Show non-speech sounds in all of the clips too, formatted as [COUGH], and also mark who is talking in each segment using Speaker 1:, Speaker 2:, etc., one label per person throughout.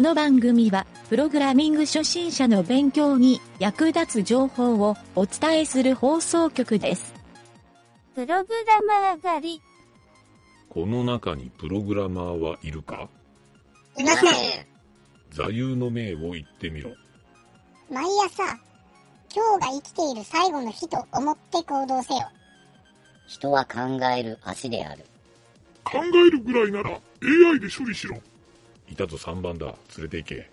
Speaker 1: の番組は、プログラミング初心者の勉強に役立つ情報をお伝えする放送局です。
Speaker 2: プログラマー狩り。
Speaker 3: この中にプログラマーはいるか
Speaker 4: いません。
Speaker 3: 座右の銘を言ってみろ。
Speaker 4: 毎朝、今日が生きている最後の日と思って行動せよ。
Speaker 5: 人は考える足である。
Speaker 6: 考えるぐらいなら AI で処理しろ。
Speaker 3: いたぞ3番だ。連れて行け。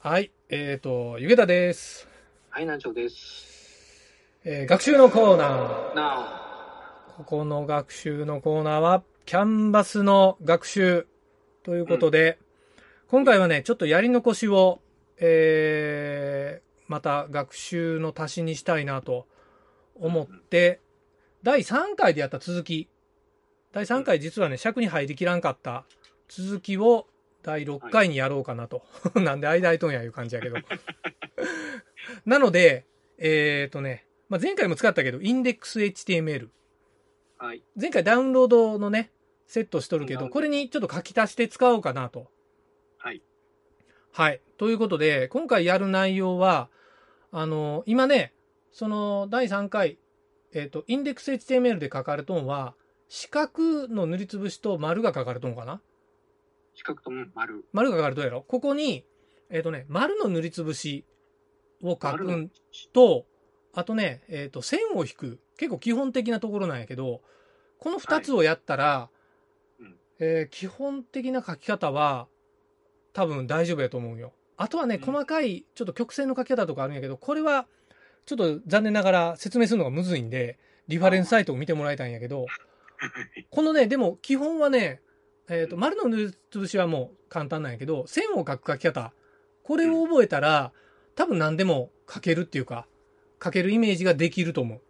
Speaker 7: はい、えっ、と、ゆげたです。
Speaker 8: はい、南條です。
Speaker 7: えー学習のコーナー。
Speaker 8: なあ、
Speaker 7: ここの学習のコーナーは、キャンバスの学習ということで、今回はね、ちょっとやり残しを、えーまた学習の足しにしたいなと思って、第3回でやった続き、第3回実はね、尺に入りきらんかった続きを第6回にやろうかなと。 [LAUGHS] なんで間空いとんやいう感じやけど。 [LAUGHS] なので、えっ、とね、まあ、前回も使ったけど、インデックス HTML。
Speaker 8: はい。
Speaker 7: 前回ダウンロードのね、セットしとるけ
Speaker 8: ダウ
Speaker 7: ど、
Speaker 8: ンロード
Speaker 7: これにちょっと書き足して使おうかなと。
Speaker 8: はい。
Speaker 7: はい。ということで、今回やる内容は、あの、今ね、その第3回、えっ、と、インデックス HTML で書かれとんは、四角の塗りつぶしと丸が書かれとんかな
Speaker 8: 四角とうん丸。
Speaker 7: 丸が書かれとんやろここに、えっ、とね、丸の塗りつぶしを書く
Speaker 8: 丸の
Speaker 7: んと、あとね、えっ、と、線を引く。結構基本的なところなんやけど、この2つをやったら、
Speaker 8: うん
Speaker 7: えー基本的な書き方は、多分大丈夫やと思うよ。あとはね、
Speaker 8: うん
Speaker 7: 細かい、ちょっと曲線の書き方とかあるんやけど、これは、ちょっと残念ながら説明するのがむずいんで、リファレンスサイトを見てもらいたいんやけ
Speaker 8: [LAUGHS]
Speaker 7: ど、このね、でも基本はね、えっ、と、
Speaker 8: うん
Speaker 7: 丸の塗りつぶしはもう簡単なんやけど、線を書く書き方、これを覚えたら、多分何でも書けるっていうか、書けるイメージができると思う。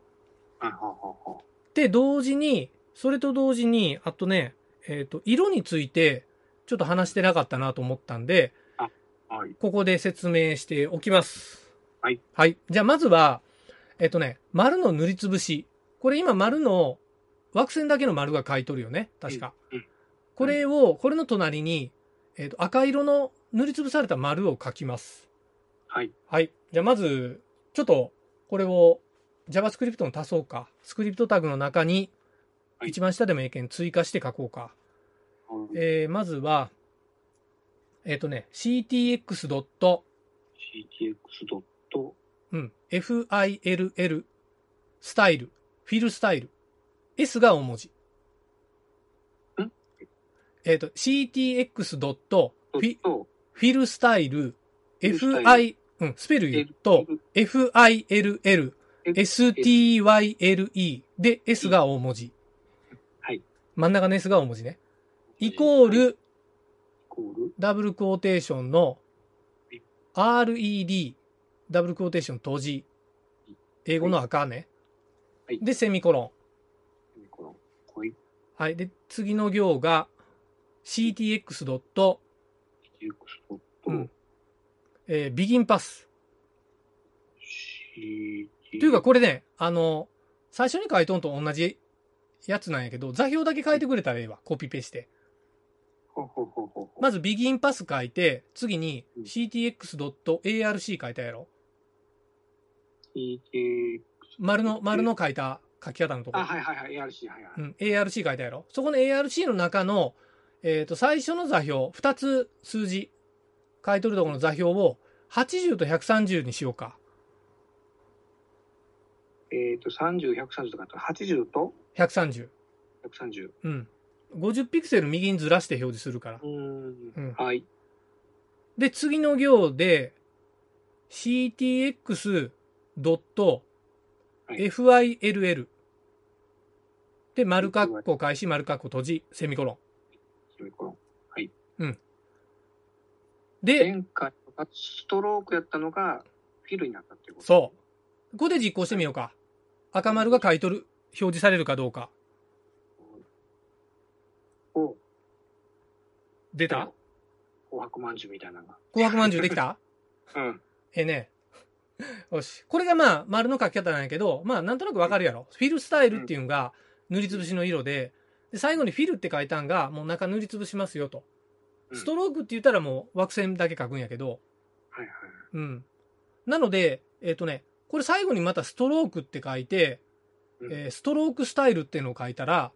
Speaker 8: はい、ほうほうほ
Speaker 7: で、同時に、それと同時に、あとね、えっ、と、色について、ちょっと話してなかったなと思ったんで、
Speaker 8: う。はい。
Speaker 7: ここで説明しておきます。
Speaker 8: はい。
Speaker 7: はい。じゃあ、まずは、えっ、とね、丸の塗りつぶし。これ今、丸の、枠線だけの丸が書いとるよね。確か。
Speaker 8: うんうん
Speaker 7: これを、これの隣に、えっ、と、赤色の塗りつぶされた丸を書きます。
Speaker 8: はい。
Speaker 7: はい。じゃあ、まず、ちょっと、これを JavaScript の足そうか。スクリプトタグの中に、
Speaker 8: はい
Speaker 7: 一番下でもいいけん追加して書こうか。
Speaker 8: うん
Speaker 7: えーまずは、えっ、とね、ctx. ドット
Speaker 8: CTX ドット、
Speaker 7: うん。FILL、スタイル、フィルスタイル。S が大文字。
Speaker 8: ん
Speaker 7: えっ、と、ctx. ドット
Speaker 8: ド
Speaker 7: フィ
Speaker 8: ット、
Speaker 7: フィルスタイル、
Speaker 8: ィルスタイル
Speaker 7: fi、うん、スペル言うと、FILL、STYLE で S が大文字。
Speaker 8: はい。
Speaker 7: 真ん中の S が大文字ね。イ
Speaker 8: イ
Speaker 7: コール、
Speaker 8: コール、
Speaker 7: ダブルクォーテーションの
Speaker 8: はい
Speaker 7: RED、ダブルクォーテーション閉じ、英語の赤ね
Speaker 8: はい。
Speaker 7: で、セミコロン。
Speaker 8: この、こい、
Speaker 7: はい。で、次の行が ctx. ドット、
Speaker 8: CTX ドッ
Speaker 7: うん
Speaker 8: ト、
Speaker 7: えー、ビギンパス。
Speaker 8: CT、
Speaker 7: というか、、これね、あの、最初に書いとんと同じやつなんやけど、座標だけ書いてくれたらええわ。コピペして。
Speaker 8: ほうほうほうほうほう。
Speaker 7: まず、ビギンパス書いて、次に
Speaker 8: うん
Speaker 7: ctx.arc 書いたやろ。
Speaker 8: CTX、
Speaker 7: 丸の、丸の書いた書き方のとこ
Speaker 8: あ、
Speaker 7: ろ。
Speaker 8: はいはいはい、ARC、はいは
Speaker 7: う
Speaker 8: い。
Speaker 7: ん、ARC 書いたやろ。そこの ARC の中の、えっ、と、最初の座標、2つ数字書いとるところの座標を80と130にしようか。
Speaker 8: えっと、30、130とかあったら、80と
Speaker 7: 130。
Speaker 8: 130。
Speaker 7: うん。50ピクセル右にずらして表示するから
Speaker 8: う。ー
Speaker 7: うん
Speaker 8: ん。はい。
Speaker 7: で、次の行で、ctx.fill。で、丸括弧開始、丸括弧閉じ、セミコロ
Speaker 8: セミコロン。
Speaker 7: ン。で、
Speaker 8: 前回がストロークやったのが、フィルになったっていうこと
Speaker 7: そう。ここで実行してみようか。赤丸が書いとる、表示されるかどうか。
Speaker 8: う。を
Speaker 7: 出た
Speaker 8: 紅白まんじゅうみたいなのが。
Speaker 7: 紅白まんじゅうできた
Speaker 8: うん。
Speaker 7: ええね。よし。これがまあ、丸の書き方なんやけど、まあ、なんとなくわかるやろ。フィルスタイルっていうのが、塗りつぶしの色で、で最後にフィルって書いたんが、もう中塗りつぶしますよと。
Speaker 8: うん
Speaker 7: ストロークって言ったらもう惑星だけ書くんやけど、
Speaker 8: はいはい。
Speaker 7: うん。なので、えっ、とね、これ最後にまたストロークって書いて、
Speaker 8: うん
Speaker 7: えーストロークスタイルっていうのを書いたら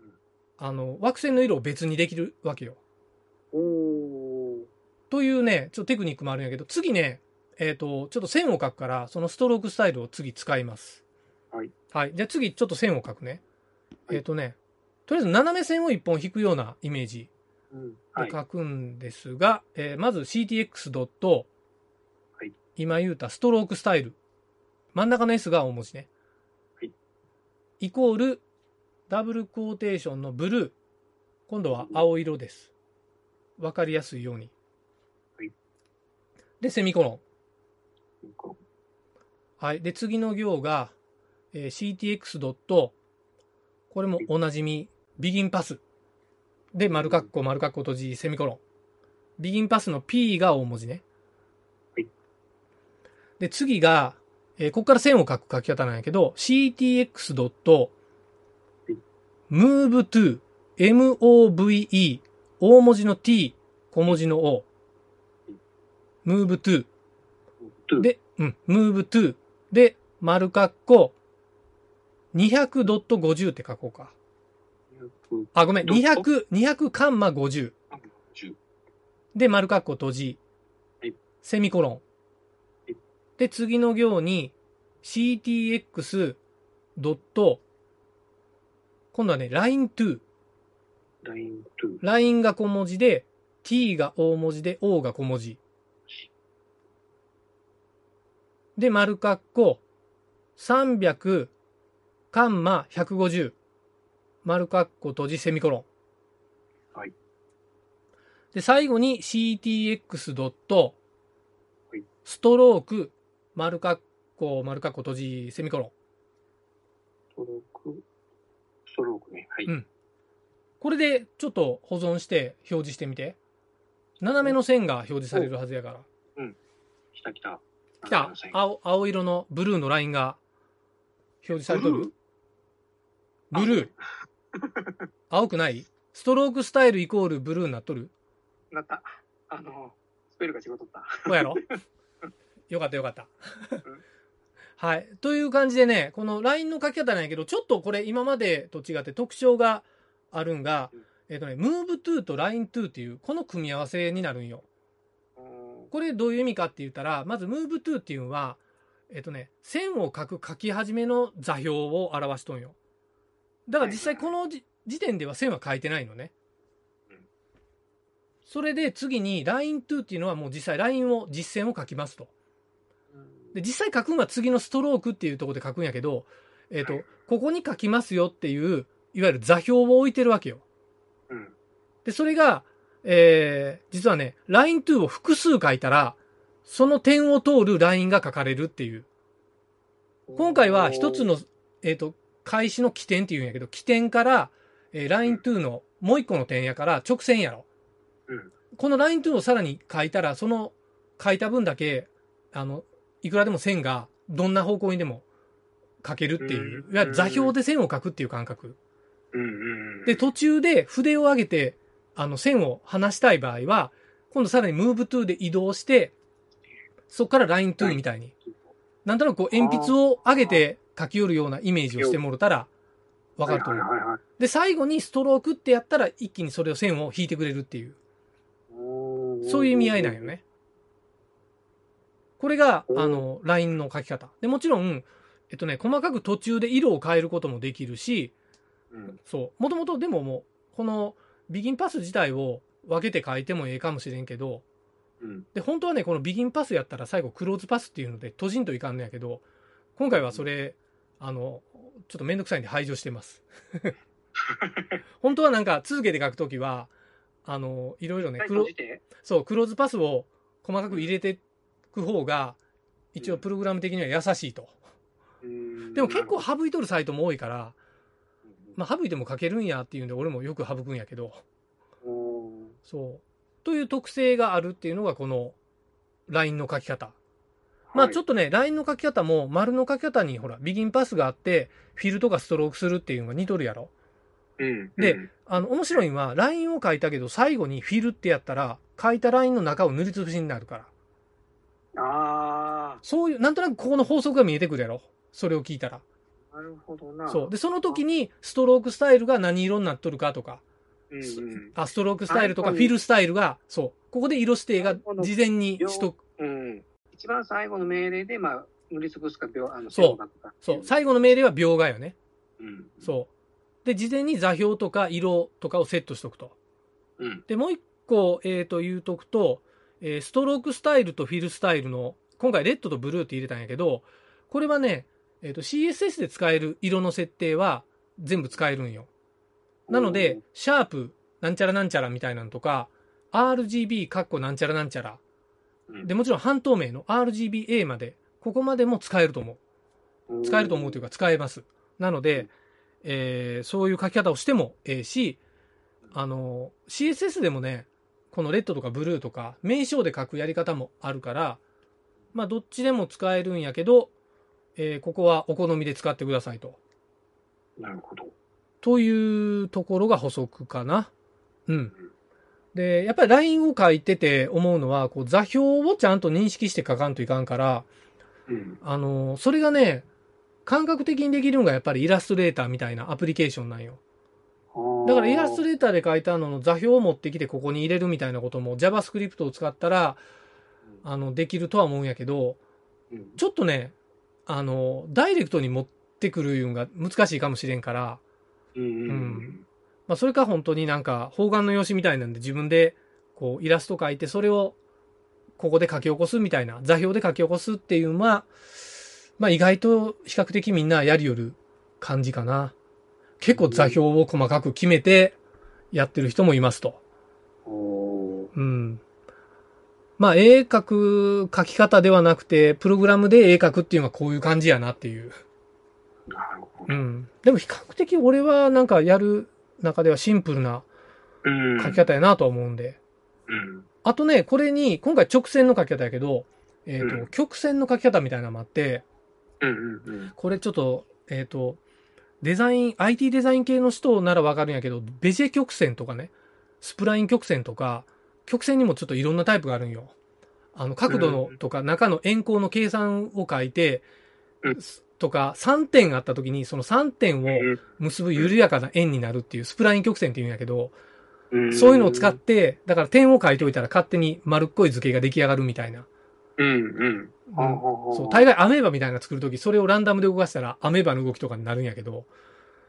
Speaker 8: うん、
Speaker 7: あの、惑星の色を別にできるわけよ。
Speaker 8: おお。
Speaker 7: というね、ちょっとテクニックもあるんやけど、次ね、えっ、と、ちょっと線を描くから、そのストロークスタイルを次使います。
Speaker 8: はい。
Speaker 7: はい。じゃあ次、ちょっと線を描くね。
Speaker 8: はい
Speaker 7: えっ、とね、とりあえず斜め線を1本引くようなイメージ
Speaker 8: うん。は
Speaker 7: で
Speaker 8: い。
Speaker 7: 描くんですが、えーまず CTX ドット、
Speaker 8: はい
Speaker 7: 今言うたストロークスタイル。真ん中の S が大文字ね。
Speaker 8: はい。
Speaker 7: イコール、ダブルクォーテーションのブルー。今度は青色です。わかりやすいように。
Speaker 8: はい。
Speaker 7: で、セミコロン。
Speaker 8: こ
Speaker 7: はい。で、次の行が、えー CTX ドット、これもおなじみ、ビギンパス。で、丸括弧、丸括弧閉じ、セミコロン。ビギンパスの P が大文字ね。
Speaker 8: はい。
Speaker 7: で、次が、えーここから線を書く書き方なんやけど、CTX ドット
Speaker 8: はい、
Speaker 7: move to, move, 大文字の t, 小文字の o, move to,
Speaker 8: う
Speaker 7: で、うん、move to で、丸括弧、200.50って書こうか。
Speaker 8: 200
Speaker 7: あ、ごめん、
Speaker 8: ドット
Speaker 7: 200、200カンマ50。
Speaker 8: 10
Speaker 7: で、丸括弧閉じ
Speaker 8: はい。
Speaker 7: セミコロン
Speaker 8: い。
Speaker 7: で、次の行に、ctx. ドット、今度はね、line to。
Speaker 8: ライン2
Speaker 7: line が小文字で、t が大文字で、o が小文字。で、丸括弧、300、カンマ150。丸括弧閉じ、セミコロン。
Speaker 8: はい。
Speaker 7: で、最後に ctx. ドット
Speaker 8: はい、
Speaker 7: ストローク、丸括弧、丸括弧閉じ、セミコロン。
Speaker 8: ストローク、ストロークね。はい。
Speaker 7: うんこれでちょっと保存して表示してみて。斜めの線が表示されるはずやから。
Speaker 8: きたきた。
Speaker 7: 来
Speaker 8: あごめん
Speaker 7: た
Speaker 8: なさい
Speaker 7: 青青色のブルーのラインが表示されて
Speaker 8: ブルー
Speaker 7: るブルー青くないストロークスタイルイコールブルーになっとる
Speaker 8: なった。あの、スペルが違うとった。
Speaker 7: こうやろよかったよかった
Speaker 8: ん。
Speaker 7: はい。という感じでね、このラインの書き方なんやけど、ちょっとこれ今までと違って特徴があるんが
Speaker 8: うん、
Speaker 7: えっ、とね、move to と line to っていう、この組み合わせになるんよ。
Speaker 8: うーん
Speaker 7: これどういう意味かって言ったら、まず move to っていうのは、えっとね、線を書く書き始めの座標を表しとんよ。だから実際このじ時点では線は書いてないのね
Speaker 8: うん。
Speaker 7: それで次に line to っていうのはもう実際 line を実線を書きますと。
Speaker 8: うん
Speaker 7: で、実際書くんは次のストロークっていうところで書くんやけど、えっと、ここに書きますよっていう、いわゆる座標を置いてるわけよ。
Speaker 8: うん。
Speaker 7: で、それが、えー、実はね、ライン2を複数書いたら、その点を通るラインが書かれるっていう。今回は一つの、えっ、と、開始の起点っていうんやけど、起点から、えー、ライン2のもう一個の点やから直線やろ。
Speaker 8: うん
Speaker 7: このライン2をさらに書いたら、その書いた分だけ、あの、いくらでも線がどんな方向にでも書けるっていう
Speaker 8: う、ん
Speaker 7: いわゆる座標で線を書くっていう感覚。
Speaker 8: うんうんうん。
Speaker 7: で、途中で筆を上げて、あの、線を離したい場合は、今度さらに move to で移動して、そこから line to みたいに、なんとなくこう鉛筆を上げて書き寄るようなイメージをしてもろたら、わかると
Speaker 8: はい
Speaker 7: 思う。
Speaker 8: はいはいはい。
Speaker 7: で、最後にストロークってやったら、一気にそれを線を引いてくれるっていう、
Speaker 8: おー
Speaker 7: そういう意味合いなんよ。ね。これが、あの、line の書き方。で、もちろん、えっとね、細かく途中で色を変えることもできるし、
Speaker 8: うん。
Speaker 7: そう。もともとでももう、このビギンパス自体を分けて書いてもええかもしれんけど、
Speaker 8: うん。
Speaker 7: で、本当はね、このビギンパスやったら最後クローズパスっていうので、閉じんといかんのやけど、今回はそれ、あの、ちょっとめんどくさいんで排除してます。 [LAUGHS] 本当はなんか続けて書くときは、あの、いろいろね、
Speaker 8: はい
Speaker 7: クロ
Speaker 8: 閉じて。
Speaker 7: そう、クローズパスを細かく入れていく方が、一応プログラム的には優しいと。
Speaker 8: うーん
Speaker 7: でも結構、省いとるサイトも多いから、ま
Speaker 8: ま
Speaker 7: あ省いても書けるんやっていうんで、俺もよく省くんやけど。そう。という特性があるっていうのがこの LINE の書き方。まあ
Speaker 8: はい
Speaker 7: ちょっとね、ラインの書き方も、丸の書き方に、ほら、ビギンパスがあって、フィルとかストロークするっていうのが似とるやろ。
Speaker 8: うん。
Speaker 7: で
Speaker 8: うん
Speaker 7: あの、面白いのは、ラインを書いたけど、最後にフィルってやったら、書いたラインの中を塗りつぶしになるから。
Speaker 8: あ
Speaker 7: そういう、なんとなくここの法則が見えてくるやろ。それを聞いたら。
Speaker 8: あ、なるほどな。
Speaker 7: そう。で、その時に、ストロークスタイルが何色になっとるかとか、
Speaker 8: うんうん。
Speaker 7: あ、ストロークスタイルとか、
Speaker 8: あ
Speaker 7: フィルスタイルが、そう。ここで色指定が
Speaker 8: なるほど
Speaker 7: 事前にしとく。
Speaker 8: うん。一番最後の命令で、まあ、塗りつぶすか、秒あの、
Speaker 7: そう
Speaker 8: 秒だとか
Speaker 7: そう。最後の命令は描画よね。
Speaker 8: うん。
Speaker 7: そう。で、事前に座標とか色とかをセットしとくと。
Speaker 8: うん。
Speaker 7: で、もう一個、えー、と言うとくと、えーストロークスタイルとフィルスタイルの、今回レッドとブルーって入れたんやけど、これはね、えー、と CSS で使える色の設定は全部使えるんよ。なので、シャープなんちゃらなんちゃらみたいなのとか、RGB かっこなんちゃらなんちゃら。
Speaker 8: うん、
Speaker 7: で、もちろん半透明の RGBA まで、ここまでも使えると思う。使えると思うというか使えます。なの
Speaker 8: う
Speaker 7: で
Speaker 8: ん、
Speaker 7: えーそういう書き方をしてもええし、あの、CSS でもね、このレッドとかブルーとか名称で書くやり方もあるから、まあどっちでも使えるんやけど、えーここはお好みで使ってくださいと。
Speaker 8: なるほど。
Speaker 7: というところが補足かな。うん。で、やっぱりラインを書いてて思うのは、こう座標をちゃんと認識して書かんといかんから、
Speaker 8: うん。
Speaker 7: あの、それがね、感覚的にできるのがやっぱりイラストレーターみたいなアプリケーションなんよ。だからイラスト
Speaker 8: で、
Speaker 7: レーターで書いたのの座標を持ってきてここに入れるみたいなことも JavaScript を使ったら、あの、できるとは思うんやけど、
Speaker 8: うん
Speaker 7: ちょっとね、あの、ダイレクトに持ってくるいうんが難しいかもしれんから、
Speaker 8: うんう
Speaker 7: うんん。まあそれか本当になんか方眼の用紙みたいなんで自分でこうイラスト描いてそれをここで書き起こすみたいな、座標で書き起こすっていうのは、まあ意外と比較的みんなやりよる感じかな。結構座標を細かく決めてやってる人もいますと。
Speaker 8: おー
Speaker 7: うん。まあ絵描く書き方ではなくて、プログラムで絵描くっていうのはこういう感じやなっていう。
Speaker 8: なるほ
Speaker 7: う
Speaker 8: ど。
Speaker 7: ん。でも比較的俺はなんかやる中ではシンプルな
Speaker 8: うん
Speaker 7: 書き。方やなとは思うんで。
Speaker 8: うん。
Speaker 7: あとね、これに、今回直線の書き方やけど、えっ、と、
Speaker 8: うん
Speaker 7: 曲線の書き方みたいなのもあって、
Speaker 8: うんうんうん。
Speaker 7: これちょっと、えっ、と、デザイン、IT デザイン系の人ならわかるんやけど、ベジェ曲線とかね、スプライン曲線とか、曲線にもちょっといろんなタイプがあるんよ。あの、角度の
Speaker 8: うん
Speaker 7: とか、中の円光の計算を書いて
Speaker 8: うん、
Speaker 7: とか、3点あった時に、その3点を結ぶ緩やかな円になるっていう、スプライン曲線って言うんやけど、
Speaker 8: うん
Speaker 7: そういうのを使って、だから点を書いておいたら勝手に丸っこい図形が出来上がるみたいな。
Speaker 8: うんうん。ほうほうほう
Speaker 7: そう、大概アメーバみたいなの作るとき、それをランダムで動かしたらアメーバの動きとかになるんやけど、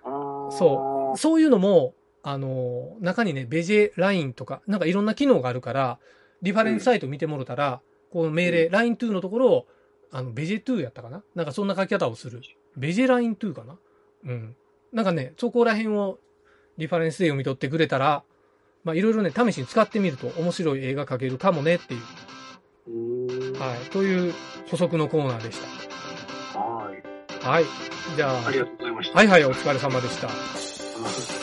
Speaker 8: そ
Speaker 7: そういうのも、あのー、中にね、ベジェラインとか、なんかいろんな機能があるから、リファレンスサイト見てもろたら、この命令、ライン2のところを、あの、ベジェ2やったかななんかそんな書き方をする。ベジェライン2かなうん。なんかね、そこら辺をリファレンスで読み取ってくれたら、まあいろいろね、試しに使ってみると面白い映画描けるかもねっていう、
Speaker 8: うーん。は
Speaker 7: はい、という補足のコーナーでし
Speaker 8: い。
Speaker 7: た。はい。じゃあ
Speaker 8: あり、がとうございました。
Speaker 7: はいはい、お疲れ様でした。